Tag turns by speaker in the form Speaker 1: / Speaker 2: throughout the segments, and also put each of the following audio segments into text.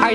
Speaker 1: 爱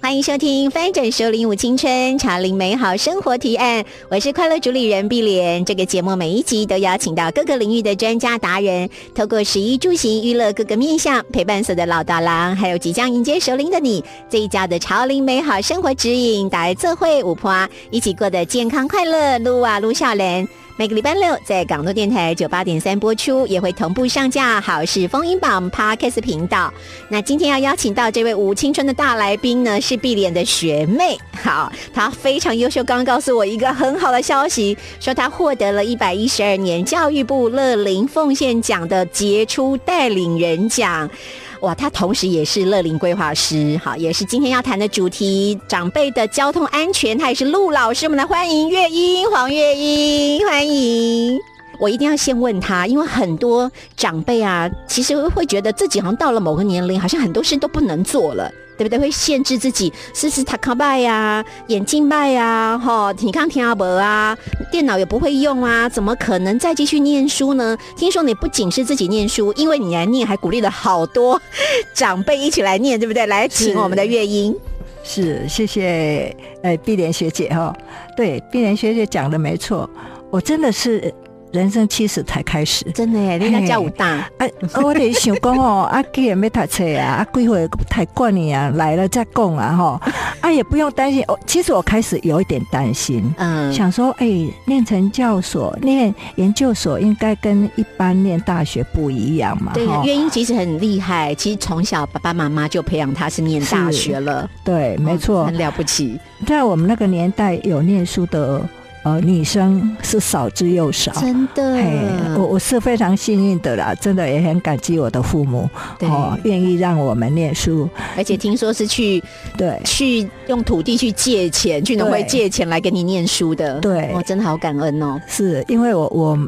Speaker 2: 欢迎收听《翻转首领舞青春，潮领美好生活提案》，我是快乐主理人碧莲。这个节目每一集都邀请到各个领域的专家达人，透过食衣住行娱乐各个面向，陪伴所有的老大郎，还有即将迎接首领的你，这一家的潮领美好生活指引，大家做会五婆啊，一起过得健康快乐，撸啊撸笑脸。每个礼拜六在港都电台九八点三播出，也会同步上架好事风云榜 Podcast 频道。那今天要邀请到这位舞青春的大来宾呢，是碧莲的学妹。好，她非常优秀。刚刚告诉我一个很好的消息，说她获得了一百一十二年教育部乐龄奉献奖的杰出带领人奖。哇，他同时也是乐龄规划师，好，也是今天要谈的主题——长辈的交通安全。他也是陆老师，我们来欢迎月英黄月英，欢迎。我一定要先问他，因为很多长辈啊，其实会觉得自己好像到了某个年龄，好像很多事都不能做了。对不对？会限制自己，是是塔卡拜呀、眼镜拜呀、哈、你看听阿伯啊，电脑也不会用啊，怎么可能再继续念书呢？听啊说你不仅是自己念书，因为你来念，还鼓励了好多长辈一起来念，对不对？来，请我们的乐音，
Speaker 3: 是，谢谢，呃，碧莲学姐哈、对，碧莲学姐讲的没错，我真的是人生七十才开始。
Speaker 2: 真的耶，人家叫武大，
Speaker 3: 啊，啊我得想讲哦，啊，既然要读册啊，啊，几岁太惯你啊，来了再讲啊，吼，啊，也不用担心。哦，其实我开始有一点担心，
Speaker 2: 嗯，
Speaker 3: 想说，哎、念成教所、念研究所，应该跟一般念大学不一样嘛，
Speaker 2: 对啊呀、
Speaker 3: 吼
Speaker 2: 乐音其实很厉害，其实从小爸爸妈妈就培养他是念大
Speaker 3: 是
Speaker 2: 学了，哦
Speaker 3: 对，没错，
Speaker 2: 很了不起，
Speaker 3: 在我们那个年代，有念书的呃女生是少之又少。
Speaker 2: 真的
Speaker 3: 哦嘿，哦我我是非常幸运的啦，真的也很感激我的父母哦
Speaker 2: 对
Speaker 3: 愿意让我们念书。
Speaker 2: 而且听说是去
Speaker 3: 对，
Speaker 2: 去用土地去借钱，去农会
Speaker 3: 对
Speaker 2: 借钱来给你念书的。
Speaker 3: 对
Speaker 2: 我真的好感恩哦。
Speaker 3: 是因为我我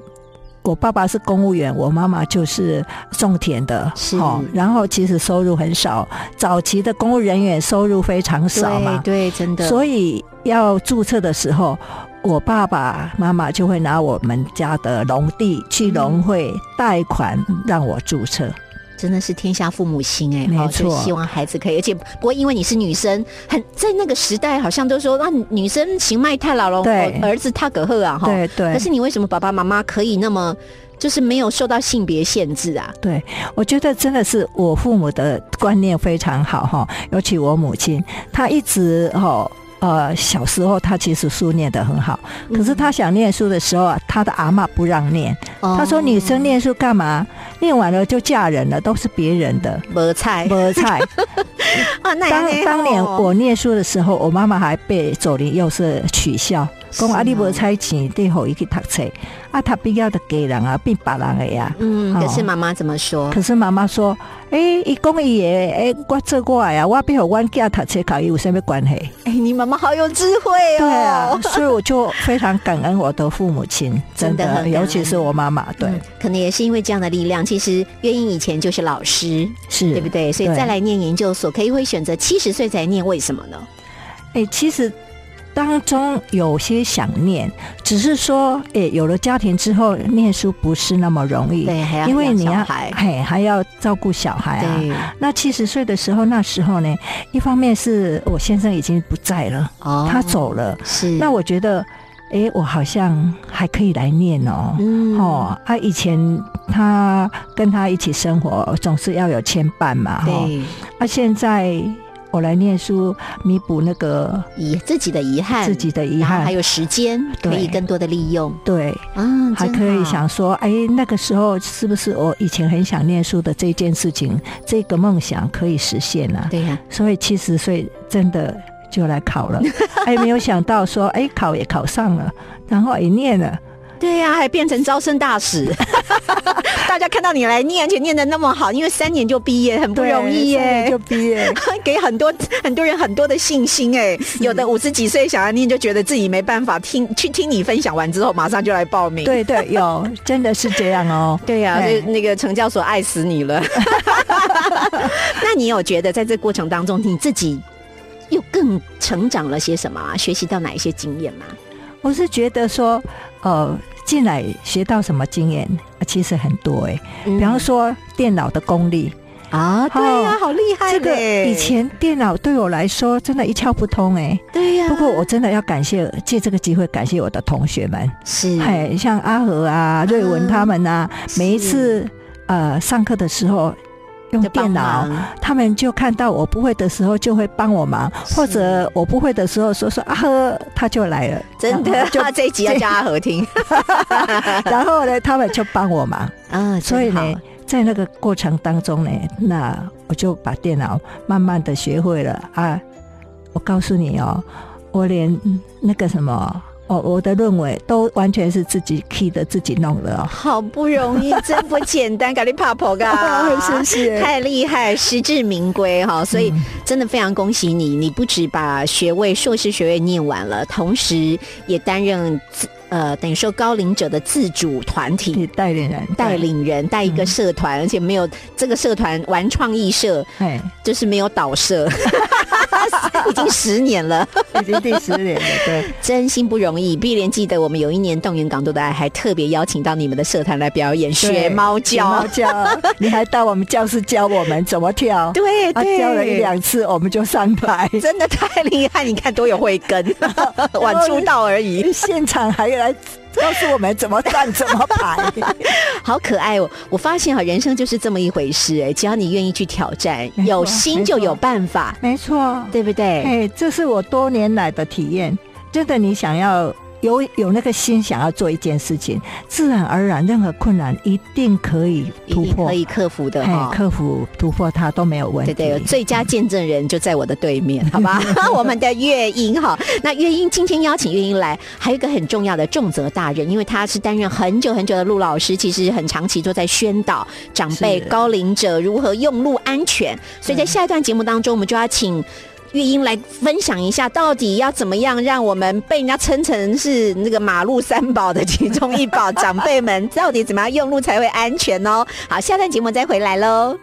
Speaker 3: 我爸爸是公务员，我妈妈就是种田的，
Speaker 2: 是
Speaker 3: 哦然后其实收入很少，早期的公务人员收入非常少嘛，
Speaker 2: 对，对真的。
Speaker 3: 所以要注册的时候，我爸爸妈妈就会拿我们家的农地去农会贷款让我注册。
Speaker 2: 真的是天下父母心哎、
Speaker 3: 没
Speaker 2: 哦就
Speaker 3: 错
Speaker 2: 希望孩子可以，而且不过因为你是女生，很在那个时代好像都说啊，女生行迈太老了，
Speaker 3: 对
Speaker 2: 哦儿子踏可赫啊哈。
Speaker 3: 对对
Speaker 2: 可是你为什么爸爸妈妈可以那么，就是没有受到性别限制啊？
Speaker 3: 对，我觉得真的是我父母的观念非常好哈，尤其我母亲，她一直哈。呃，小时候她其实书念得很好，可是她想念书的时候啊，她的阿嬷不让念。
Speaker 2: 哦
Speaker 3: 她说：“女生念书干嘛？念完了就嫁人了，都是别人的，
Speaker 2: 没菜
Speaker 3: 没 菜。”
Speaker 2: 啊，那也
Speaker 3: 当
Speaker 2: 很好
Speaker 3: 当年我念书的时候，我妈妈还被左邻右舍取笑，
Speaker 2: 是
Speaker 3: 讲
Speaker 2: 哦
Speaker 3: 啊，你无彩钱，你互伊去读册，啊，读毕业就嫁人啊，变别人的呀。
Speaker 2: 嗯，可是
Speaker 3: 哦
Speaker 2: 妈妈怎么说？
Speaker 3: 可是妈妈说，诶、伊讲伊的，诶、我做我的呀，啊我比互阮囝读册考伊有啥物关系？
Speaker 2: 哎、你妈妈好有智慧哦。
Speaker 3: 对啊，所以我就非常感恩我的父母亲，
Speaker 2: 真
Speaker 3: 真
Speaker 2: 的
Speaker 3: 的，
Speaker 2: 很感恩
Speaker 3: 尤其是我妈妈，对，
Speaker 2: 嗯可能也是因为这样的力量。其实月英以前就是老师，
Speaker 3: 是
Speaker 2: 对不对？所以
Speaker 3: 对
Speaker 2: 再来念研究所，可以会选择七十岁才念，为什么呢？
Speaker 3: 哎、其实当中有些想念，只是说，哎、有了家庭之后，念书不是那么容易，
Speaker 2: 对，还要
Speaker 3: 因为
Speaker 2: 养
Speaker 3: 你
Speaker 2: 小
Speaker 3: 要
Speaker 2: 孩，
Speaker 3: 嘿，还要照顾小孩啊。
Speaker 2: 对，
Speaker 3: 那七十岁的时候，那时候呢，一方面是我先生已经不在了，
Speaker 2: 哦嗯
Speaker 3: 他走了，
Speaker 2: 是
Speaker 3: 那我觉得，哎、我好像还可以来念哦。
Speaker 2: 嗯
Speaker 3: 哦，啊，以前他跟他一起生活，总是要有牵绊嘛，哈、
Speaker 2: 对，
Speaker 3: 啊，现在我来念书，弥补那个
Speaker 2: 遗自己的遗憾，
Speaker 3: 自己的遗
Speaker 2: 然后
Speaker 3: 憾
Speaker 2: 还，有时间可以
Speaker 3: 对
Speaker 2: 更多的利用
Speaker 3: 对，
Speaker 2: 啊，
Speaker 3: 还
Speaker 2: 真
Speaker 3: 可以
Speaker 2: 好
Speaker 3: 想说，哎，那个时候是不是我以前很想念书的这件事情，这个梦想可以实现啊？
Speaker 2: 对呀、
Speaker 3: 所以七十岁真的 就来考了，哎，没有想到说，哎，考也考上了，然后也念了，
Speaker 2: 对呀、还变成招生大 使。大家看到你来念，而且念的那么好，因为三年就毕业，很不
Speaker 3: 对
Speaker 2: 容易
Speaker 3: 三年
Speaker 2: 耶
Speaker 3: 就。毕业。
Speaker 2: 给很多很多人很多的信心哎、有的五十几岁想要念，就觉得自己没办法听，去听你分享完之后，马上就来报名。
Speaker 3: 对对，有，真的是这 样哦。
Speaker 2: 对呀、
Speaker 3: 哎
Speaker 2: 那那个程教所爱死你 了。那你有觉得在这过程当中，你自己又更成长了些什么、啊？学习到哪一些经验吗？
Speaker 3: 我是觉得说，呃，进来学到什么经验，呃其实很多哎、
Speaker 2: 嗯
Speaker 3: 比方说电脑的功力，
Speaker 2: 啊，对呀、
Speaker 3: 哦
Speaker 2: 好厉害
Speaker 3: 这
Speaker 2: 嘞！
Speaker 3: 个以前电脑对我来说真的一窍不通哎、
Speaker 2: 对呀、
Speaker 3: 不过我真的要感谢，借这个机会感谢我的同学们，
Speaker 2: 是
Speaker 3: 哎，像阿和啊、瑞文他们啊，每一次呃上课的时候用
Speaker 2: 就帮
Speaker 3: 电脑
Speaker 2: 忙，
Speaker 3: 他们就看到我不会的时候，就会帮我忙，或者我不会的时候说说啊呵，他就来了，
Speaker 2: 真的
Speaker 3: 然后，就
Speaker 2: 这一集要叫阿和 听
Speaker 3: 然后呢，他们就帮我忙，
Speaker 2: 啊，
Speaker 3: 所以呢，在那个过程当中呢，那我就把电脑慢慢的学会了啊。我告诉你哦，我连那个什么，哦，我的论文都完全是自己 key 的，自己弄的哦。，
Speaker 2: 好不容易，真不简单，咖喱泡泡嘎
Speaker 3: 谢谢
Speaker 2: 太厉害，实至名归
Speaker 3: 嗯
Speaker 2: 哈！所以真的非常恭喜你，你不止把学位硕士学位念完了，同时也担任自呃等于说高龄者的自主团体
Speaker 3: 你带领人
Speaker 2: 带，领人，带一个社
Speaker 3: 嗯
Speaker 2: 团，而且没有这个社团玩创意社，
Speaker 3: 哎，
Speaker 2: 就是没有导 社。 已经十年了，
Speaker 3: 已经第十年了，对，
Speaker 2: 真心不容易。碧莲记得我们有一年动员港都的爱，还特别邀请到你们的社团来表演 学猫叫
Speaker 3: 学猫，叫，你还到我们教室教我们怎么跳，
Speaker 2: 对
Speaker 3: 啊，
Speaker 2: 对，
Speaker 3: 教了一两次我们就上台，
Speaker 2: 真的太厉害！你看多有慧根， 晚出道而 已，
Speaker 3: 现场还来告诉我们怎么站怎么排。
Speaker 2: 好可爱哦！我发现哈，人生就是这么一回事哎，只要你愿意去挑战，
Speaker 3: 没错
Speaker 2: 有心就有办法，
Speaker 3: 没错，
Speaker 2: 对不对？
Speaker 3: 哎，这是我多年来的体验。真的，你想要有有那个心，想要做一件事情，自然而然，任何困难一定可以
Speaker 2: 一
Speaker 3: 突
Speaker 2: 定
Speaker 3: 破
Speaker 2: 可，以克服的
Speaker 3: 哎
Speaker 2: 哈，。
Speaker 3: 克服突破它都没有问题。
Speaker 2: 对对，最佳见证人就在我的对面，好吧？我们的月英哈，那月英今天邀请月英来，还有一个很重要的重责大任，因为她是担任很久很久的陆老师，其实很长期都在宣导长辈
Speaker 3: 是
Speaker 2: 高龄者如何用路安全，所以在下一段节目当中，我们就要请。月英来分享一下，到底要怎么样让我们被人家称成是那个马路三宝的其中一宝？长辈们到底怎么样用路才会安全哦？好，下段节目再回来喽。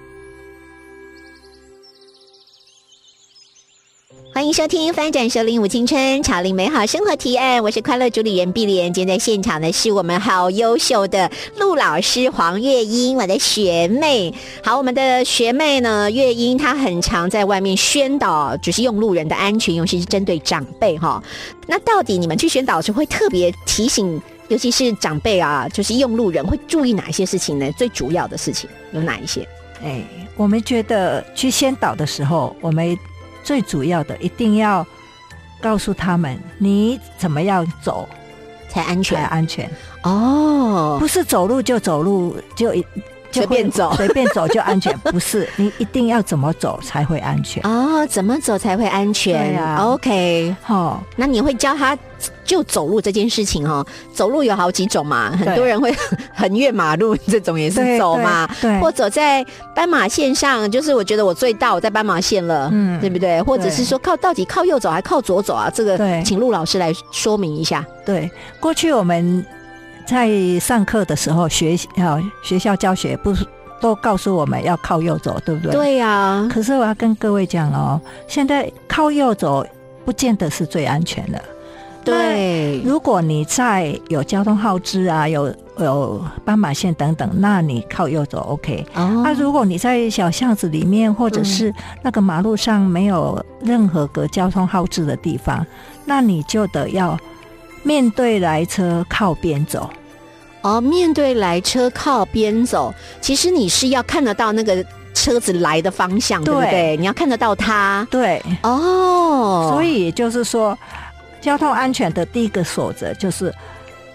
Speaker 2: 欢迎收听《翻转首领舞青春》，潮领美好生活提案。我是快乐主理人碧莲。今天在现场的是我们好优秀的陆老师黄月英，我的学妹。好，我们的学妹呢，月英她很常在外面宣导，就是用路人的安全，尤其是针对长辈哈。那到底你们去宣导的时候会特别提醒，尤其是长辈啊，就是用路人会注意哪一些事情呢？最主要的事情有哪一些？
Speaker 3: 哎，我们觉得去先导的时候，我们最主要的一定要告诉他们你怎么样走
Speaker 2: 才安
Speaker 3: 才
Speaker 2: 全
Speaker 3: 安全，
Speaker 2: 哦。
Speaker 3: 不是走路就走路就一。就
Speaker 2: 随
Speaker 3: 会
Speaker 2: 便走
Speaker 3: 随便走就安全，不是你一定要怎么走才会安全。
Speaker 2: 哦，怎么走才会安全、
Speaker 3: 对啊
Speaker 2: o k
Speaker 3: 哦，
Speaker 2: 那你会教他就走路这件事情哦。走路有好几种嘛，很多人会 横越马路，这种也是
Speaker 3: 对
Speaker 2: 走嘛。
Speaker 3: 对对
Speaker 2: 或走在斑马线上，就是我觉得我最大，我在斑马线了，
Speaker 3: 嗯
Speaker 2: 对不对？或者是说靠到底靠右走还靠左走啊？这个
Speaker 3: 对
Speaker 2: 请陆老师来说明一下。
Speaker 3: 对，过去我们在上课的时候，学啊学校教学不是都告诉我们要靠右走，对不对？。
Speaker 2: 对呀、
Speaker 3: 可是我要跟各位讲哦，现在靠右走不见得是最安全的。
Speaker 2: 对，
Speaker 3: 如果你在有交通号志啊，有有斑马线等等，那你靠右走 OK。
Speaker 2: 哦
Speaker 3: 那、如果你在小巷子里面，或者是那个马路上没有任何个交通号志的地方，那你就得要面对来车靠边走。
Speaker 2: 哦，面对来车靠边走，其实你是要看得到那个车子来的方向，对不
Speaker 3: 对
Speaker 2: 对？你要看得到 它。
Speaker 3: 对，
Speaker 2: 哦，
Speaker 3: 所以也就是说，交通安全的第一个守则就是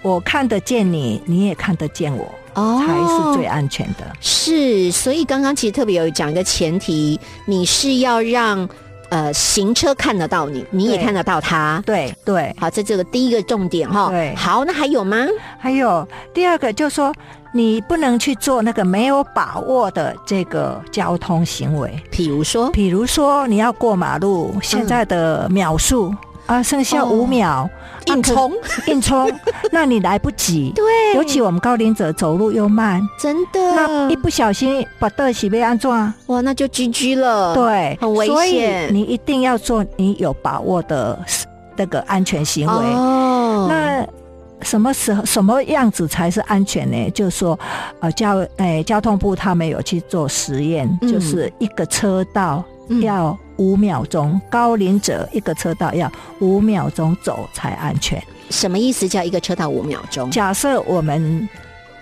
Speaker 3: 我看得见你，你也看得见我，
Speaker 2: 哦
Speaker 3: 才是最安全的。
Speaker 2: 是，所以刚刚其实特别有讲一个前提，你是要让呃行车看得到你，你也
Speaker 3: 对
Speaker 2: 看得到他。
Speaker 3: 对对，
Speaker 2: 好，这这个第一个重点哈。
Speaker 3: 对
Speaker 2: 好，那还有吗？
Speaker 3: 还有第二个就是说，你不能去做那个没有把握的这个交通行为，
Speaker 2: 比如说，
Speaker 3: 比如说你要过马路，
Speaker 2: 嗯
Speaker 3: 现在的秒数、啊剩下五秒，
Speaker 2: 哦
Speaker 3: 啊
Speaker 2: 硬冲，
Speaker 3: 硬冲，那你来不及。
Speaker 2: 对嗯
Speaker 3: 尤其我们高龄者走路又慢，
Speaker 2: 真的，
Speaker 3: 那一不小心把凳子被安撞，
Speaker 2: 哇，那就 GG 了。，
Speaker 3: 对，
Speaker 2: 嗯很危
Speaker 3: 所以
Speaker 2: 险
Speaker 3: 你一定要做你有把握的那个安全行为。
Speaker 2: 哦，
Speaker 3: 那什么时候、什么样子才是安全呢？就是说，呃，交诶、交通部他们有去做实验，
Speaker 2: 嗯
Speaker 3: 就是一个车道
Speaker 2: 嗯
Speaker 3: 要五秒钟，高龄者一个车道要五秒钟走才安全。
Speaker 2: 什么意思？叫一个车道五秒钟？
Speaker 3: 假设我们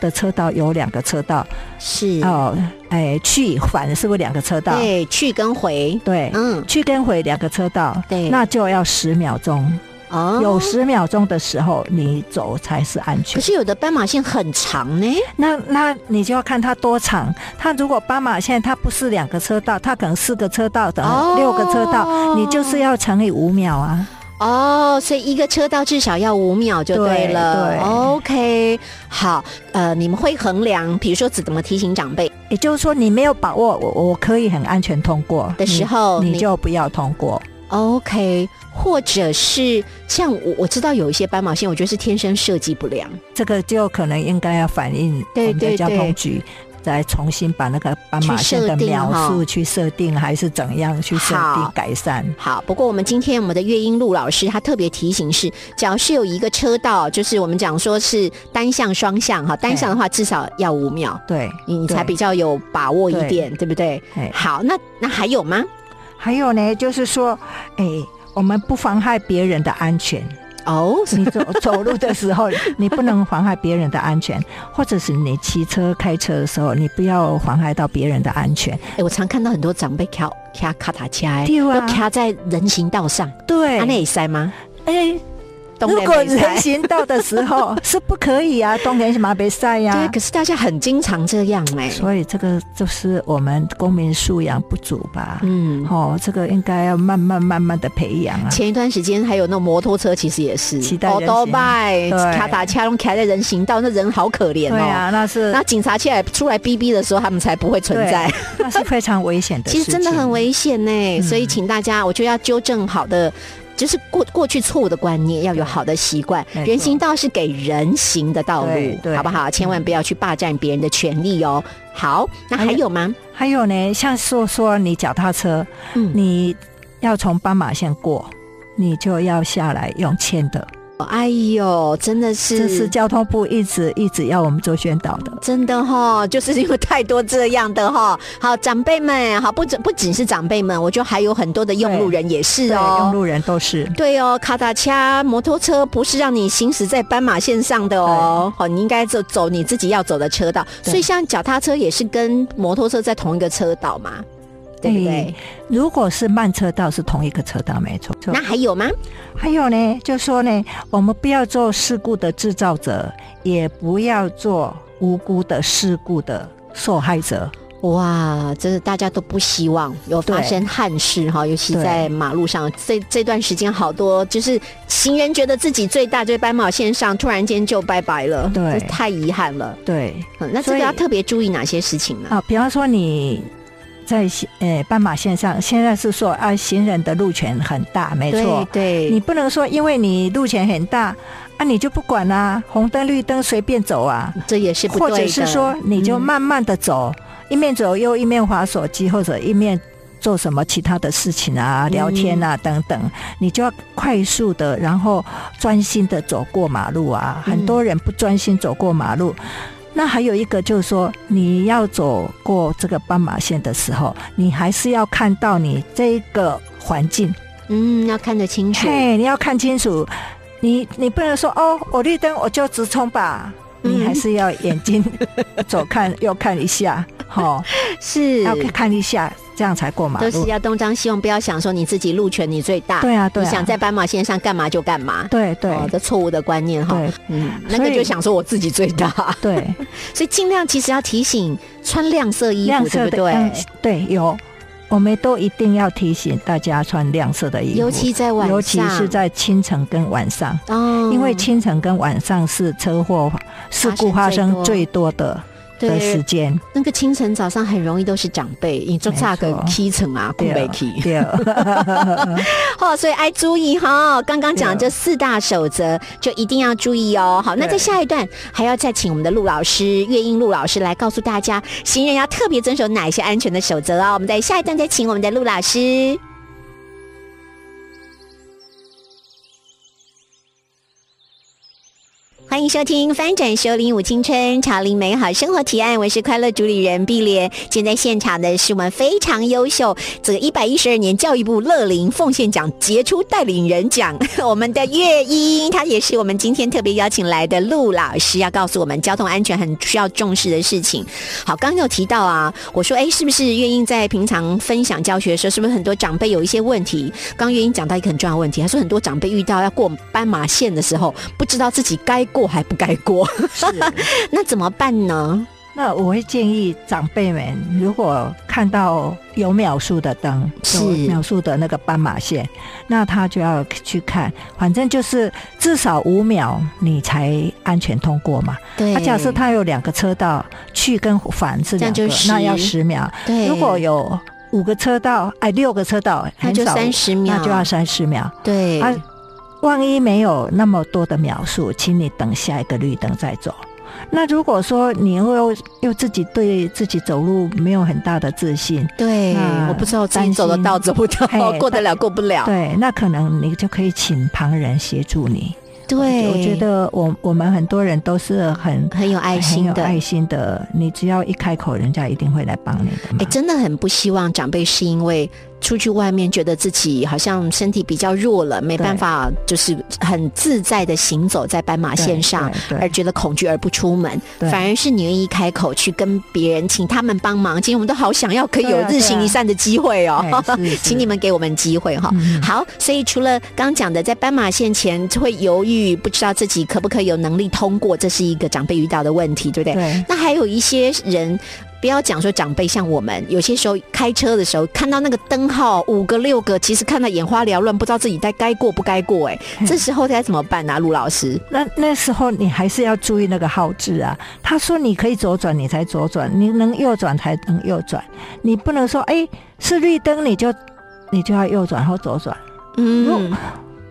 Speaker 3: 的车道有两个车道，
Speaker 2: 是，
Speaker 3: 哦，哎、去反是不是两个车道？
Speaker 2: 嗯对，去跟回，
Speaker 3: 对，
Speaker 2: 嗯，
Speaker 3: 去跟回两个车道，
Speaker 2: 对
Speaker 3: 那就要十秒钟。
Speaker 2: 哦，
Speaker 3: 有。十秒钟的时候，你走才是安
Speaker 2: 可
Speaker 3: 全。
Speaker 2: 是有的斑马线很长呢，
Speaker 3: 那那你就要看它多长。它如果斑马线它不是两个车道，它可能四个车道等
Speaker 2: 哦
Speaker 3: 六个车道，你就是要乘以五秒啊。
Speaker 2: 哦，所以一个车道至少要五秒就对了。
Speaker 3: 对对
Speaker 2: OK，好，呃，你们会衡量，比如说怎么提醒长辈
Speaker 3: 也就是说，你没有把握，我我可以很安全通过
Speaker 2: 的时候
Speaker 3: 你，
Speaker 2: 你
Speaker 3: 你就不要通过。
Speaker 2: ，OK，或者是像我我知道有一些斑马线，我觉得是天生设计不良。
Speaker 3: 这个就可能应该要反映我
Speaker 2: 对
Speaker 3: 们的
Speaker 2: 对
Speaker 3: 交
Speaker 2: 对
Speaker 3: 通局，再重新把那个斑马
Speaker 2: 去
Speaker 3: 线
Speaker 2: 设
Speaker 3: 的
Speaker 2: 定
Speaker 3: 描
Speaker 2: 哈
Speaker 3: 述去设定，还是怎样去设
Speaker 2: 好
Speaker 3: 定改善。
Speaker 2: 好，不过我们今天我们的岳英路老师他特别提醒是，只要是有一个车道，就是我们讲说是单向、双向哈，单向的话至少要五秒，
Speaker 3: 对，
Speaker 2: 你你才
Speaker 3: 对
Speaker 2: 比较有把握一点，对不对
Speaker 3: 哎？
Speaker 2: 好，那那还有吗？
Speaker 3: 还有呢，就是说，哎、我们不妨害别人的安全。
Speaker 2: 哦，
Speaker 3: 你 走走路的时候，你不能妨害别人的安全，或者是你骑车、开车的时候，你不要妨害到别人的安全。
Speaker 2: 哎、我常看到很多长辈卡卡卡塔车，哎
Speaker 3: 对啊
Speaker 2: 都卡在人行道上，
Speaker 3: 对
Speaker 2: 啊，那也塞吗？
Speaker 3: 哎，
Speaker 2: 东
Speaker 3: 如
Speaker 2: 雷
Speaker 3: 果
Speaker 2: 没塞
Speaker 3: 人行道的 时候是不可以啊，东人马被晒
Speaker 2: 哎对，
Speaker 3: 呀
Speaker 2: 可。是大家很经常这样哎、
Speaker 3: 所以这个就是我们公民素养不足吧？
Speaker 2: 嗯。
Speaker 3: 哦，这个应该要慢慢慢慢的培养啊。
Speaker 2: 前一段时间还有那摩托车，其实也是，
Speaker 3: 骑在人行
Speaker 2: 多拜
Speaker 3: 对
Speaker 2: 卡打卡，用卡在人行道，那人好可怜
Speaker 3: 对
Speaker 2: 哦。
Speaker 3: 啊，那是
Speaker 2: 那警察起来出来逼逼的时候，他们才不会存在。
Speaker 3: 对那是非常危险的事
Speaker 2: 其
Speaker 3: 情。嗯
Speaker 2: 实真的很危险呢、所以请大家，我就要纠正好的。就是过过去错误的观念，要有好的习惯。
Speaker 3: 没错
Speaker 2: 人行道是给人行的道
Speaker 3: 对
Speaker 2: 路，
Speaker 3: 对嗯
Speaker 2: 好不好？千万不要去霸占别人的权利哦。好，那
Speaker 3: 哎
Speaker 2: 还有吗？
Speaker 3: 还有呢，像说说你脚踏车，
Speaker 2: 嗯
Speaker 3: 你要从斑马线过，你就要下来用牵的，
Speaker 2: 哎呦，真的是，
Speaker 3: 这是交通部一直一直要我们做宣导的。
Speaker 2: 真的哈、就是因为太多这样的哈、好，长辈们，好，不只不仅是长辈们，我觉得还有很多的用路人也是
Speaker 3: 对，用
Speaker 2: 哦。
Speaker 3: 路人都是。
Speaker 2: 对哦，卡达掐摩托车不是让你行驶在斑马线上的哦，好，你应该走走你自己要走的车道。
Speaker 3: 对
Speaker 2: 所以像脚踏车也是跟摩托车在同一个车道嘛，对不对
Speaker 3: 哎？如果是慢车道，是同一个车道，没错。
Speaker 2: 那还有吗？
Speaker 3: 还有呢，就说呢，我们不要做事故的制造者，也不要做无辜的事故的受害者。
Speaker 2: 哇，真的大家都不希望有发
Speaker 3: 对
Speaker 2: 生憾事哈，尤其
Speaker 3: 对
Speaker 2: 在马路上，这这段时间好多就是行人觉得自己最大，就斑马线上突然间就拜拜了，
Speaker 3: 对
Speaker 2: 这太遗憾了。
Speaker 3: 对，
Speaker 2: 嗯那这
Speaker 3: 所
Speaker 2: 个
Speaker 3: 以
Speaker 2: 要特别注意哪些事情呢？
Speaker 3: 啊，比方说你在行呃斑马线上，现在是说啊，行人的路权很大，没错。
Speaker 2: 对
Speaker 3: 你
Speaker 2: 对，
Speaker 3: 不能说因为你路权很大啊，你就不管啦、红灯绿灯随便走啊，
Speaker 2: 这也是不
Speaker 3: 或
Speaker 2: 对的。
Speaker 3: 者是说你就
Speaker 2: 嗯
Speaker 3: 慢慢的走，一面走又一面划手机，或者一面。做什么其他的事情啊，
Speaker 2: 嗯
Speaker 3: 聊天啊、等等，你就要快速的，然后专心的走过马路啊。
Speaker 2: 嗯
Speaker 3: 很多人不专心走过马路，那还有一个就是说，你要走过这个斑马线的时候，你还是要看到你这个环境，
Speaker 2: 嗯，要看得清楚。
Speaker 3: 嘿，你要看清楚，你你不能说哦，我绿灯我就直冲吧，
Speaker 2: 嗯
Speaker 3: 你还是要眼睛左看右看一下，好，
Speaker 2: 是
Speaker 3: 要看一下，这样才过马
Speaker 2: 都是
Speaker 3: 路。
Speaker 2: 要东张西望，不要想说你自己路权你最大，
Speaker 3: 对啊，对
Speaker 2: 你
Speaker 3: 啊，
Speaker 2: 想在斑马线上干嘛就干嘛，
Speaker 3: 对对
Speaker 2: 哦，这错误的观念哈。
Speaker 3: 对
Speaker 2: 嗯，那
Speaker 3: 所
Speaker 2: 个
Speaker 3: 以
Speaker 2: 就想说我自己最大，
Speaker 3: 对，
Speaker 2: 所以尽量其实要提醒穿亮色衣服，
Speaker 3: 亮
Speaker 2: 对
Speaker 3: 色
Speaker 2: 不
Speaker 3: 的嗯
Speaker 2: 对
Speaker 3: 嗯？对有。我们都一定要提醒大家穿亮色的衣服，
Speaker 2: 尤其在晚上，
Speaker 3: 嗯尤其是在清晨跟晚上，
Speaker 2: 哦，
Speaker 3: 因为清晨跟晚上是车祸事故发生最多的的时
Speaker 2: 对
Speaker 3: 间。
Speaker 2: 那个清晨早上很容易都是长辈，你做啥个
Speaker 3: 没错
Speaker 2: 起床啊，顾
Speaker 3: 对
Speaker 2: 不起。
Speaker 3: 对，
Speaker 2: 哦，所以爱注意哈、刚刚讲这四大守则，就一定要注意哦。好，那在
Speaker 3: 对
Speaker 2: 下一段还要再请我们的陆老师、乐英陆老师来告诉大家，行人要特别遵守哪些安全的守则哦。我们在下一段再请我们的陆老师。欢迎收听《翻转收零舞青春潮林美好生活提案》，我是快乐主理人碧莲。现在现场的是我们非常优秀，这个一百一十二年教育部乐龄奉献奖杰出带领人奖， 我们的月英，她也是我们今天特别邀请来的陆老师，要告诉我们交通安全很需要重视的事情。好，刚刚有提到啊，我说哎，是不是月英在平常分享教学的时候，是不是很多长辈有一些问题？刚月英讲到一个很重要的问题，她说很多长辈遇到要过斑马线的时候，不知道自己该过还不该过， 那怎么办呢？
Speaker 3: 那我会建议长辈们，如果看到有秒数的灯，
Speaker 2: 是
Speaker 3: 有秒数的那个斑马线，那他就要去看，反正就是至少五秒你才安全通过嘛。
Speaker 2: 对
Speaker 3: 啊，假设他有两个车道，去跟返是
Speaker 2: 这
Speaker 3: 两
Speaker 2: 样
Speaker 3: 个，
Speaker 2: 就
Speaker 3: 那
Speaker 2: 10
Speaker 3: 要十秒。
Speaker 2: 对
Speaker 3: 如果有五个车道，哎，六个车道，
Speaker 2: 那
Speaker 3: 很
Speaker 2: 就
Speaker 3: 少
Speaker 2: 三十秒，
Speaker 3: 那就要三十秒。
Speaker 2: 对
Speaker 3: 啊，万一没有那么多的秒数，请你等下一个绿灯再走。那如果说你又又自己对自己走路没有很大的自信，
Speaker 2: 对
Speaker 3: 那，
Speaker 2: 我不知道自己
Speaker 3: 担
Speaker 2: 走得
Speaker 3: 心
Speaker 2: 到走不 到，
Speaker 3: 嘿
Speaker 2: 过得了过不了。
Speaker 3: 对，那可能你就可以请旁人协助你。
Speaker 2: 对，
Speaker 3: 我觉得我我们很多人都是很
Speaker 2: 很有爱
Speaker 3: 很
Speaker 2: 心
Speaker 3: 有
Speaker 2: 的。
Speaker 3: 爱心的，你只要一开口，人家一定会来帮你的嘛
Speaker 2: 哎，。真的很不希望长辈是因为出去外面觉得自己好像身体比较弱了，没
Speaker 3: 对
Speaker 2: 办法，就是很自在的行走在斑马
Speaker 3: 对
Speaker 2: 线上，，
Speaker 3: 对
Speaker 2: 而
Speaker 3: 对
Speaker 2: 觉得恐惧而不出门，
Speaker 3: 对
Speaker 2: 反而是你愿意开口去跟别人，请他们帮忙。今天我们都好想要可以有
Speaker 3: 对啊
Speaker 2: 日行一善的机会哦，
Speaker 3: 哎是是
Speaker 2: 请你们给我们机会哈、
Speaker 3: 嗯
Speaker 2: 好，所以除了刚讲的在斑马线前会犹豫，不知道自己可不可以有能力通过，这是一个长辈遇到的问题，对不对？
Speaker 3: 对
Speaker 2: 那还有一些人，不要讲说长辈，像我们有些时候开车的时候，看到那个灯号五个六个，其实看到眼花缭乱，不知道自己该该过不该过、 哎，这时候该怎么办啊？陆老师，
Speaker 3: 那那时候你还是要注意那个号志啊。他说你可以左转，你才左转；你能右转才能右转。你不能说哎、是绿灯你就你就要右转或左转。
Speaker 2: 嗯，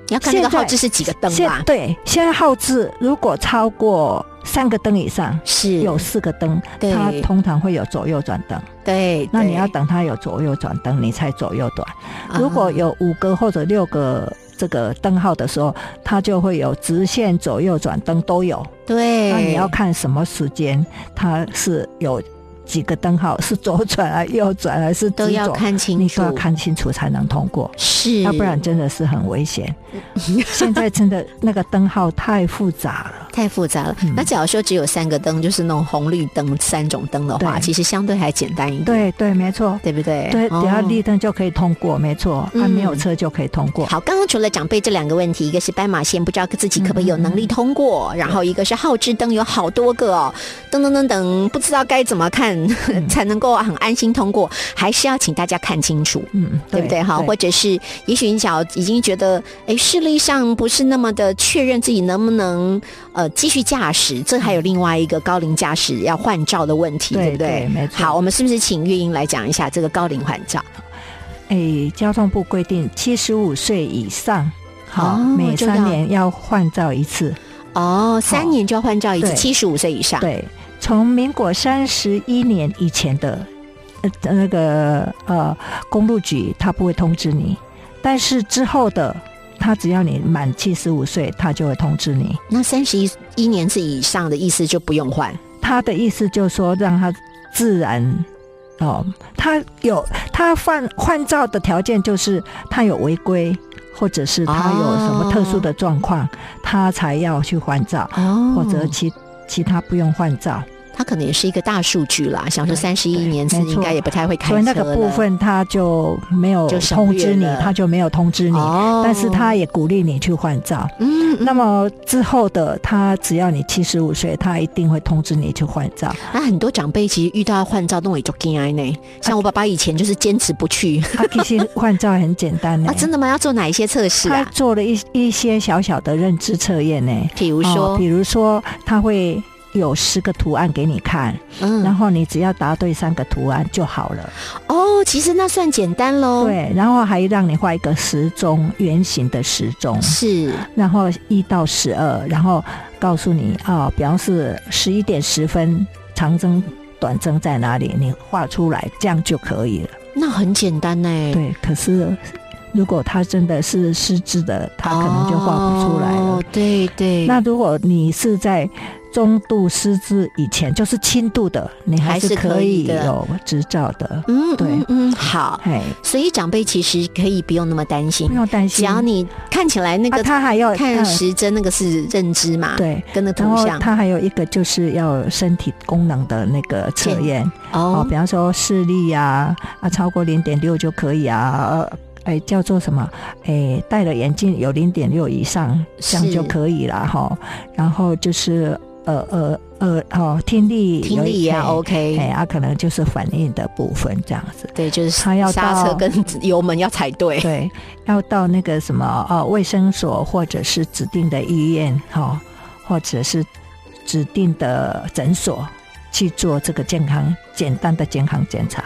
Speaker 2: 你要看这个号志是几个灯啊
Speaker 3: 现
Speaker 2: 吧？
Speaker 3: 对，现在号志如果超过三个灯以上，
Speaker 2: 是，
Speaker 3: 有四个灯，
Speaker 2: 嗯对
Speaker 3: 它通常会有左右转灯。
Speaker 2: 对，
Speaker 3: 那你要
Speaker 2: 对
Speaker 3: 等它有左右转灯，你才左右转。
Speaker 2: 啊
Speaker 3: 如果有五个或者六个这个灯号的时候，它就会有直线、左右转灯都有。
Speaker 2: 对，
Speaker 3: 那你
Speaker 2: 哎
Speaker 3: 要看什么时间，它是有几个灯号，是左转啊、右转还是
Speaker 2: 都
Speaker 3: 直
Speaker 2: 要
Speaker 3: 走，
Speaker 2: 看清楚，
Speaker 3: 你都要看清楚才能通过，
Speaker 2: 是，
Speaker 3: 要不然真的是很危险。现在真的那个灯号太复杂 了，
Speaker 2: 太复杂了。
Speaker 3: 嗯
Speaker 2: 那假如说只有三个灯，就是那种红绿灯三种灯的话，
Speaker 3: 对
Speaker 2: 其实相对还简单一点，
Speaker 3: 对对，没错。
Speaker 2: 对不对？
Speaker 3: 对，
Speaker 2: 哦
Speaker 3: 只要绿灯就可以通过，没错，
Speaker 2: 嗯
Speaker 3: 啊，没有车就可以通过。
Speaker 2: 好，刚刚除了长辈这两个问题，一个是斑马线不知道自己可不可以有能力通
Speaker 3: 嗯
Speaker 2: 过，然后一个是好志灯有好多个哦，噔噔噔噔，不知道该怎么看、
Speaker 3: 嗯
Speaker 2: 才能够很安心通过，还是要请大家看清楚。
Speaker 3: 嗯，
Speaker 2: 对不对？哈，或者是也许你想要已经觉得，哎，视力上不是那么的确认自己能不能呃继续驾驶，这还有另外一个高龄驾驶要换照的问题，
Speaker 3: 对
Speaker 2: 不对
Speaker 3: 对？没错
Speaker 2: 好，我们是不是请月英来讲一下这个高龄换照？
Speaker 3: 诶，哎交通部规定七十五岁以上，好，
Speaker 2: 哦
Speaker 3: 每
Speaker 2: 就要
Speaker 3: 三年要换照一次。
Speaker 2: 哦，三年就要换照一次，
Speaker 3: 对
Speaker 2: 七十五岁以上。
Speaker 3: 对，从民国三十一年以前的呃那个呃公路局，他不会通知你，但是之后的，他只要你满七十五岁，他就会通知你。
Speaker 2: 那三十一一年是以上的意思就不用换。
Speaker 3: 他的意思就是说，让他自然。哦，他有他换换照的条件就是他有违规，或者是他有什么特殊的状况，他才要去换照，
Speaker 2: 哦
Speaker 3: 或者其其他不用换照。
Speaker 2: 他可能也是一个大数据啦。想说三十一年次
Speaker 3: 没错
Speaker 2: 应该也不太会开车
Speaker 3: 所
Speaker 2: 了
Speaker 3: 以那个部分他就没有
Speaker 2: 就省略
Speaker 3: 通知你
Speaker 2: 了，
Speaker 3: 他就没有通知你，
Speaker 2: 哦
Speaker 3: 但是他也鼓励你去换照。
Speaker 2: 嗯，嗯
Speaker 3: 那么之后的他，只要你七十五岁，他一定会通知你去换 照。
Speaker 2: 那很多长辈其实遇到换照弄也就惊哀呢。像
Speaker 3: 啊
Speaker 2: 我爸爸以前就是坚持不去
Speaker 3: 他其实换照很简单呢、
Speaker 2: 啊，真的吗？要做哪一些测试
Speaker 3: 他
Speaker 2: 啊？
Speaker 3: 做了一一些小小的认知测验呢、
Speaker 2: 哦比如
Speaker 3: 比
Speaker 2: 说，
Speaker 3: 比如说他会有十个图案给你看，然
Speaker 2: 嗯，
Speaker 3: 后你只要答对三个图案就好了。
Speaker 2: 哦，其实那算简单喽。，
Speaker 3: 对，然后还让你画一个时钟，圆形的时钟，
Speaker 2: 是
Speaker 3: 然后一到十二，然后告诉你啊、比方是十一点十分，长针、短针在哪里，你画出来，这样就可以了。
Speaker 2: 那很简单呢。
Speaker 3: 对，可是如果他真的是失智的，他可能就画不出来了。
Speaker 2: 哦、对对，
Speaker 3: 那如果你是在中度失智以前，就是轻度的，你还
Speaker 2: 还是
Speaker 3: 是
Speaker 2: 可
Speaker 3: 可
Speaker 2: 以
Speaker 3: 以
Speaker 2: 的
Speaker 3: 有执照的。
Speaker 2: 嗯，
Speaker 3: 对
Speaker 2: 嗯嗯，好。
Speaker 3: 哎，
Speaker 2: 所以长辈其实可以不用那么担心
Speaker 3: 不，用担心。
Speaker 2: 只要你看起来那
Speaker 3: 啊，
Speaker 2: 个、
Speaker 3: 他还要
Speaker 2: 看
Speaker 3: 嗯
Speaker 2: 时针那个是认知嘛，，
Speaker 3: 对。
Speaker 2: 跟那
Speaker 3: 然
Speaker 2: 图
Speaker 3: 后
Speaker 2: 像
Speaker 3: 它还有一个就是要身体功能的那个测验哦，
Speaker 2: 哦
Speaker 3: 比方说视力呀、啊，超过零点六就可以啊，呃，哎叫做什么？哎，戴了眼镜有零点六以上，这样
Speaker 2: 是
Speaker 3: 就可以了哈。然后就是呃呃呃哦，听力
Speaker 2: 听力也
Speaker 3: 呀、
Speaker 2: 要 OK，
Speaker 3: 哎啊，可能就是反应的部分这样子。
Speaker 2: 对，就是
Speaker 3: 他要
Speaker 2: 刹车
Speaker 3: 到
Speaker 2: 跟油门要踩对，
Speaker 3: 对，要到那个什么哦，卫生所或者是指定的医院哈、哦，或者是指定的诊所去做这个健康简单的健康检查，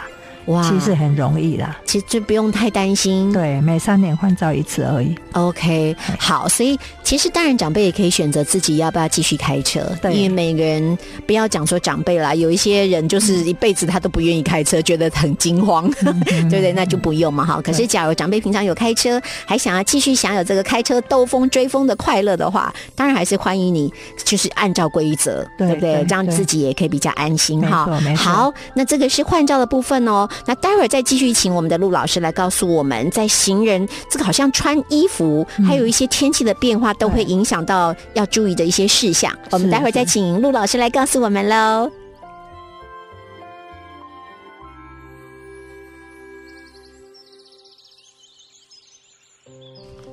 Speaker 2: 哇，
Speaker 3: 其实很容易啦。
Speaker 2: 其实就不用太担心。
Speaker 3: 对，每三年换照一次而已。
Speaker 2: OK，好，
Speaker 3: 嗯
Speaker 2: 所以其实当然长辈也可以选择自己要不要继续开车，
Speaker 3: 对
Speaker 2: 因为每个人不要讲说长辈啦，有一些人就是一辈子他都不愿意开车，觉得很惊慌，
Speaker 3: 嗯
Speaker 2: 对不对？那就不用嘛哈。可是假如长辈平常有开车，还想要继续享有这个开车兜风追风的快乐的话，当然还是欢迎你，就是按照规则，
Speaker 3: 对
Speaker 2: 不对？
Speaker 3: 对
Speaker 2: 这样
Speaker 3: 对
Speaker 2: 自己也可以比较安心哈
Speaker 3: 没错没。错
Speaker 2: 好，那这个是换照的部分哦。那待会儿再继续请我们的陆老师来告诉我们，在行人这个好像穿衣服，还有一些天气的变化，都会影响到要注意的一些事项。我们待会儿再请陆老师来告诉我们喽。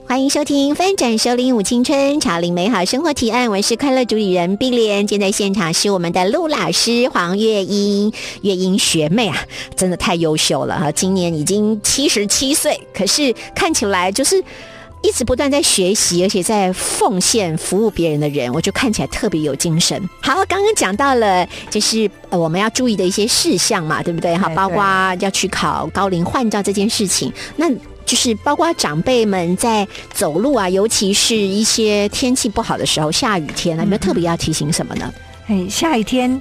Speaker 2: 欢迎收听《翻转收领舞青春》，潮领美好生活提案。我是快乐主理人碧莲，今天在现场是我们的陆老师黄月英，月英学妹啊，真的太优秀了哈！今年已经七十七岁，可是看起来就是。一直不断在学习，而且在奉献服务别人的人，我就看起来特别有精神。好，刚刚讲到了，就是呃我们要注意的一些事项嘛，对不对？哈，
Speaker 3: 对
Speaker 2: 包括要去考高龄换照这件事情，那就是包括长辈们在走路啊，尤其是一些天气不好的时候，下雨天
Speaker 3: 嗯
Speaker 2: 啊，有没有特别要提醒什么呢？
Speaker 3: 哎，下雨天，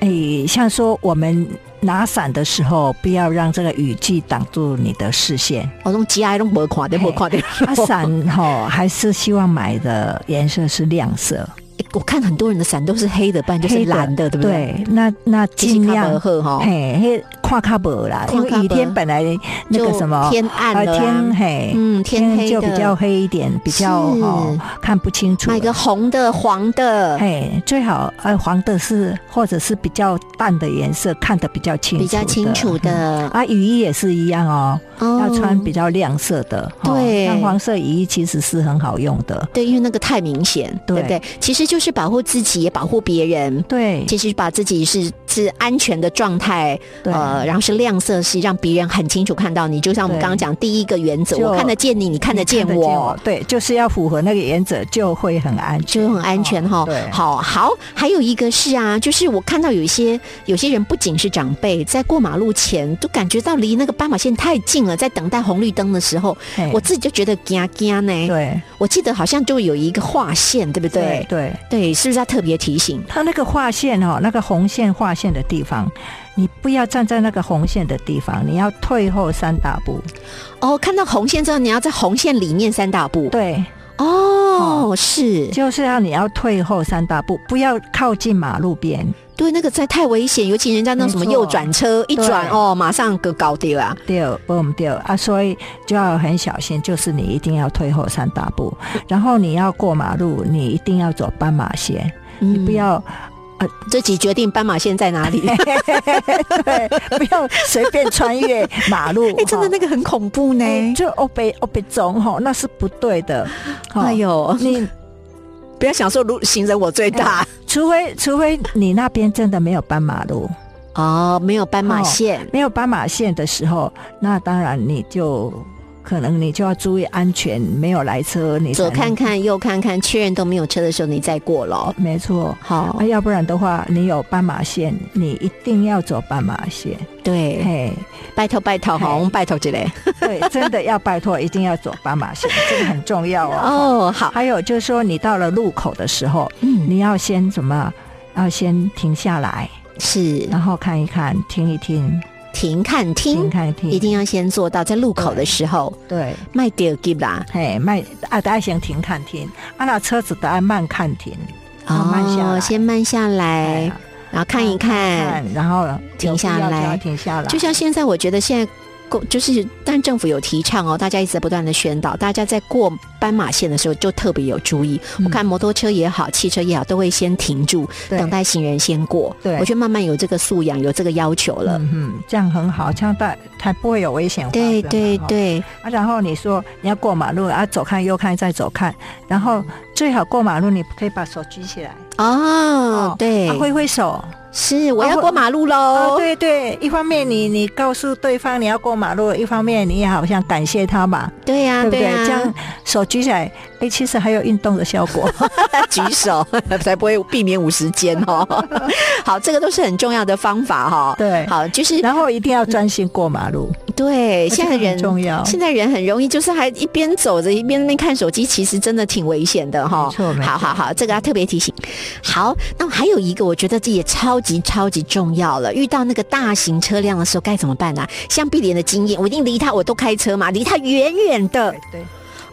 Speaker 3: 哎，像说我们拿伞的时候，不要让这个雨季挡住你的 视线。
Speaker 2: 我哦弄 G I 弄没垮的，
Speaker 3: 嘿
Speaker 2: 没垮的。
Speaker 3: 啊，伞哈、还是希望买的颜色是亮色，
Speaker 2: 欸我看很多人的伞都是黑的，不然就是
Speaker 3: 黑的
Speaker 2: 蓝的，对不对？
Speaker 3: 对，那那尽量
Speaker 2: 喝哈，
Speaker 3: 嘿，嘿，跨卡薄啦，
Speaker 2: 看
Speaker 3: 因
Speaker 2: 较
Speaker 3: 为雨
Speaker 2: 不
Speaker 3: 天本来那
Speaker 2: 就
Speaker 3: 个什么
Speaker 2: 天暗
Speaker 3: 啊
Speaker 2: 了啊，
Speaker 3: 天嘿，
Speaker 2: 嗯天黑
Speaker 3: 就
Speaker 2: 的
Speaker 3: 比较黑一点，比较
Speaker 2: 是
Speaker 3: 哦看不清楚。
Speaker 2: 买个红的、黄的，
Speaker 3: 嘿，最好呃黄的是或者是比较淡的颜色，看得比较清楚，
Speaker 2: 比较清楚。的，
Speaker 3: 啊，雨衣也是一样哦，
Speaker 2: 哦
Speaker 3: 要穿比较亮色的。哦
Speaker 2: 对
Speaker 3: 像黄色雨衣其实是很好用的。
Speaker 2: 对，因为那个太明显，对
Speaker 3: 对
Speaker 2: 不对？其实就是保护自己，也保护别人。
Speaker 3: 对
Speaker 2: 其实把自己是是安全的状态，
Speaker 3: 对，
Speaker 2: 呃，然后是亮色系，让别人很清楚看到你。就像我们
Speaker 3: 对
Speaker 2: 刚刚讲第一个原则，
Speaker 3: 就
Speaker 2: 我看得见你，你看得见
Speaker 3: 看
Speaker 2: 我，
Speaker 3: 对，就是要符合那个原则，就会很安全，
Speaker 2: 就很安全哈、
Speaker 3: 对，
Speaker 2: 好好，还有一个是啊，就是我看到有一些有些人不仅是长辈，在过马路前都感觉到离那个斑马线太近了，在等待红绿灯的时候，
Speaker 3: 嘿
Speaker 2: 我自己就觉得惊啊惊呢。
Speaker 3: 对
Speaker 2: 我记得好像就有一个划线，对不对？
Speaker 3: 对，
Speaker 2: 对，是不是要特别提醒？
Speaker 3: 它那个划线哦，那个红线划线的地方，你不要站在那个红线的地方，你要退后三大步。
Speaker 2: 哦，看到红线之后，你要在红线里面三大步。
Speaker 3: 对，
Speaker 2: 哦，是，
Speaker 3: 就是要你要退后三大步，不要靠近马路边。
Speaker 2: 对，那个在太危险，尤其人家那什么
Speaker 3: 没错
Speaker 2: 右转车一转
Speaker 3: 对
Speaker 2: 哦，马上个搞丢啊。
Speaker 3: 对，不我们对啊，所以就要很小心，就是你一定要退后三大步，然后你要过马路，你一定要走斑马线，
Speaker 2: 你
Speaker 3: 你不要。
Speaker 2: 自己决定斑马线在哪 里。哎、
Speaker 3: 对，不要随便穿越马 路。
Speaker 2: 哎真的
Speaker 3: 哈
Speaker 2: 那个很恐怖呢。
Speaker 3: 哎就欧北欧北中哈，那是不对的。哈
Speaker 2: 哎，呦，
Speaker 3: 你
Speaker 2: 不要想说路行人我最大
Speaker 3: 除非除非你那边真的没有斑马路，
Speaker 2: 哦，没有斑马线，
Speaker 3: 没有斑马线的时候，那当然你就可能你就要注意安全，没有来车你才
Speaker 2: 左
Speaker 3: 能
Speaker 2: 看，看右看看，确认都没有车的时候你再过咯。
Speaker 3: 没错。
Speaker 2: 好
Speaker 3: 啊，，要不然的话，你有斑马线，你一定要走斑马线。
Speaker 2: 对，
Speaker 3: 嘿，
Speaker 2: 拜托拜托，好，
Speaker 3: 嘿
Speaker 2: 我们拜托之类。
Speaker 3: 对，真的要拜托，一定要走斑马线，这个很重要哦。
Speaker 2: 哦，好，
Speaker 3: 还有就是说，你到了路口的时候，
Speaker 2: 嗯，
Speaker 3: 你要先怎么？要先停下来，
Speaker 2: 是
Speaker 3: 然后看一看，听一听，
Speaker 2: 停看
Speaker 3: 听
Speaker 2: 听，
Speaker 3: 看听，
Speaker 2: 一定要先做到，在路口的时候
Speaker 3: 对。
Speaker 2: 卖掉给啦，
Speaker 3: 嘿，慢啊，得爱先停看停，啊，那车子得爱慢看停，要慢下来
Speaker 2: 哦，先慢下
Speaker 3: 哎
Speaker 2: 来
Speaker 3: 呀，
Speaker 2: 然后看一看，
Speaker 3: 看，然后
Speaker 2: 停下
Speaker 3: 有必要就
Speaker 2: 来
Speaker 3: 要停下来，
Speaker 2: 就像现在，我觉得现在过就是，但政府有提倡哦，大家一直在不断的宣导，大家在过斑马线的时候就特别有注意。我看摩托车也好，汽车也好，都会先停住，
Speaker 3: 嗯对
Speaker 2: 等待行人先过。
Speaker 3: 对
Speaker 2: 我觉得慢慢有这个素养，有这个要求了。
Speaker 3: 嗯嗯，这样很好，这样大才不会有危险发生嘛。
Speaker 2: 对对
Speaker 3: 哈
Speaker 2: 对，
Speaker 3: 啊，然后你说你要过马路啊，左看右看再左看，然后最好过马路你可以把手举起来，
Speaker 2: 哦，对
Speaker 3: 啊，，挥挥手。
Speaker 2: 是我
Speaker 3: 啊
Speaker 2: 要
Speaker 3: 会
Speaker 2: 过马路
Speaker 3: 哦，
Speaker 2: 喽。
Speaker 3: 对对，一方面你你告诉对方你要过马路，一方面你也好像感谢他嘛，
Speaker 2: 啊对呀，
Speaker 3: 对不对？
Speaker 2: 呀，
Speaker 3: 这样手举起来，哎，其实还有运动的效 果。
Speaker 2: 举手才不会避免五十肩哦。 好，这个都是很重要的方法哈、哦。
Speaker 3: 对
Speaker 2: 好，就是
Speaker 3: 然后一定要专心过马路，
Speaker 2: 对，现在
Speaker 3: 这个很
Speaker 2: 人
Speaker 3: 重要
Speaker 2: 现在人很容易就是还一边走着一边那边看手机，其实真的挺危险的哈。
Speaker 3: 没错没错
Speaker 2: 好好好，这个要特别提醒。好，那还有一个我觉得这也超级超级重要了，遇到那个大型车辆的时候该怎么办呢、像碧莲的经验，我一定离他，我都开车嘛，离他远远的
Speaker 3: 对，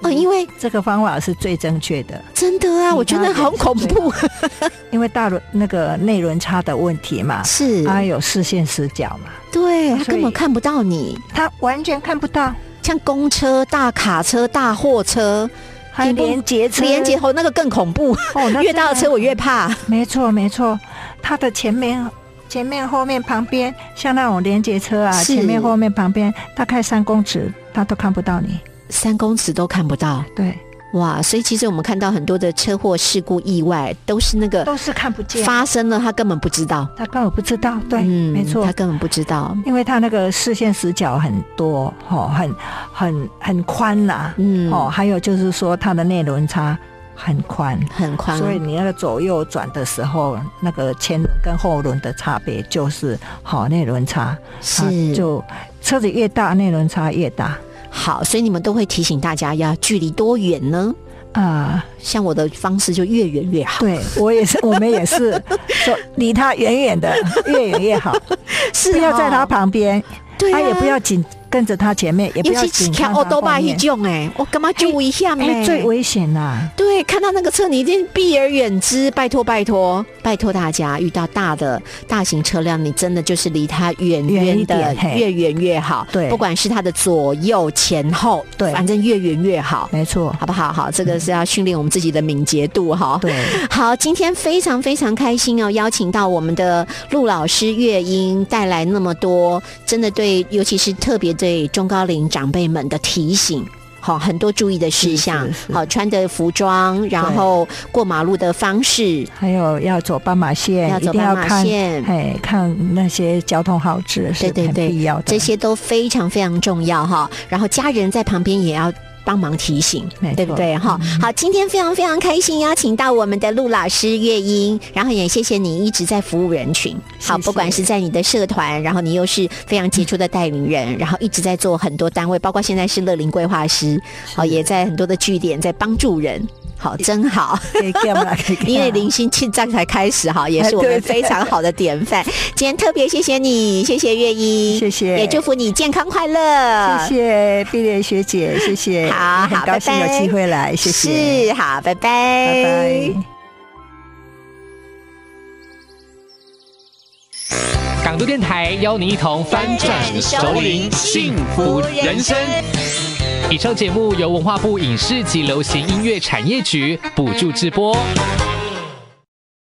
Speaker 2: 哦，因为
Speaker 3: 这个方法是最正确的，
Speaker 2: 真的啊，
Speaker 3: 它
Speaker 2: 我觉得好恐怖，啊
Speaker 3: 因为大轮那个内轮差的问题嘛，
Speaker 2: 是，
Speaker 3: 它有视线死角嘛，
Speaker 2: 对他
Speaker 3: 所
Speaker 2: 根
Speaker 3: 以
Speaker 2: 本看不到你，
Speaker 3: 它完全看不到，
Speaker 2: 像公车、大卡车、大货车。
Speaker 3: 还
Speaker 2: 停不
Speaker 3: 连接车，
Speaker 2: 连接后那个更恐怖，
Speaker 3: 哦，那
Speaker 2: 越大的
Speaker 3: 真
Speaker 2: 车
Speaker 3: 很
Speaker 2: 我越怕。
Speaker 3: 没错没错，它的前面。前面、后面、旁边，像那种连接车啊，
Speaker 2: 是
Speaker 3: 前面、后面、旁边，大概三公尺，它都看不到你。
Speaker 2: 三公尺都看不到
Speaker 3: 对，
Speaker 2: 哇！所以其实我们看到很多的车祸事故、意外，都是那个
Speaker 3: 都是看不见，
Speaker 2: 发嗯生了，他根本不知道。
Speaker 3: 他根本不知道。对，没错
Speaker 2: 他，根本不知道。
Speaker 3: 因为它那个视线死角很多，哈、很很很宽呐、
Speaker 2: 嗯，
Speaker 3: 哦，还有就是说它的内轮差很宽，
Speaker 2: 很宽。
Speaker 3: 所以你那个左右转的时候，那个前轮跟后轮的差别就是好、内轮差，它
Speaker 2: 是
Speaker 3: 就车子越大，内轮差越大
Speaker 2: 好，所以你们都会提醒大家要距离多远呢？
Speaker 3: 啊、
Speaker 2: 像我的方式就越远越好。
Speaker 3: 对我也是， 我们也是说离它远远的，越远越好，
Speaker 2: 是
Speaker 3: 不要
Speaker 2: 哦
Speaker 3: 在它旁边，
Speaker 2: 对
Speaker 3: 它
Speaker 2: 啊，
Speaker 3: 也不要紧跟着它前面，也不
Speaker 2: 尤
Speaker 3: 要
Speaker 2: 其
Speaker 3: 紧
Speaker 2: 看
Speaker 3: 看
Speaker 2: 欧
Speaker 3: 它
Speaker 2: 多
Speaker 3: 后
Speaker 2: 巴一
Speaker 3: 面。
Speaker 2: 种哎，我干嘛就危险啊呢？
Speaker 3: 哎，最危险啦、
Speaker 2: 对，看到那个车，你一定避而远之。拜托，拜托，拜托大家，遇到大的大型车辆，你真的就是离它远
Speaker 3: 远
Speaker 2: 远
Speaker 3: 一
Speaker 2: 的
Speaker 3: 点，嘿
Speaker 2: 越远越好。
Speaker 3: 对
Speaker 2: 不管是它的左右前后，
Speaker 3: 对
Speaker 2: 反正越远越好，
Speaker 3: 没错，
Speaker 2: 好不好？好，这个是要训练我们自己的敏捷度哈。
Speaker 3: 对，
Speaker 2: 好，今天非常非常开心哦，邀请到我们的陆老师乐音带来那么多，真的对，尤其是特别对中高龄长辈们的提醒。好，很多注意的事项
Speaker 3: 是是，是
Speaker 2: 好穿的服装，然后过马路的方式，
Speaker 3: 还有要走斑马线，
Speaker 2: 要走
Speaker 3: 一定
Speaker 2: 斑
Speaker 3: 要
Speaker 2: 马
Speaker 3: 看，
Speaker 2: 线，
Speaker 3: 哎，看那些交通号志是
Speaker 2: 对对
Speaker 3: 很
Speaker 2: 对
Speaker 3: 必要的，
Speaker 2: 这些都非常非常重要哈。然后家人在旁边也要。帮忙提醒
Speaker 3: 没，错嗯
Speaker 2: 对不对？哈、好，今天非常非常开心，邀请到我们的陆老师乐音，然后也谢谢你一直在服务人群。好，
Speaker 3: 谢谢
Speaker 2: 不管是在你的社团，然后你又是非常杰出的带领人，然后一直在做很多单位，包括现在是乐龄规划师，好，也在很多的据点在帮助人，好，真好。
Speaker 3: 可以干嘛？可以
Speaker 2: 因为零星进站才开始 哈，也是我们非常好的典范。今天特别谢谢你，谢谢月英，
Speaker 3: 谢谢
Speaker 2: 也祝福你健康快乐。
Speaker 3: 谢谢碧莲学姐，谢谢，
Speaker 2: 好
Speaker 3: 很
Speaker 2: 好
Speaker 3: 高兴
Speaker 2: 拜
Speaker 3: 有
Speaker 2: 拜
Speaker 3: 机会来，谢谢，
Speaker 2: 是好，拜拜，
Speaker 3: 拜拜。
Speaker 1: 港都电台邀您一同翻转
Speaker 4: 熟龄幸
Speaker 1: 福人生。以上节目由文化部影视及流行音乐产业局补助直播。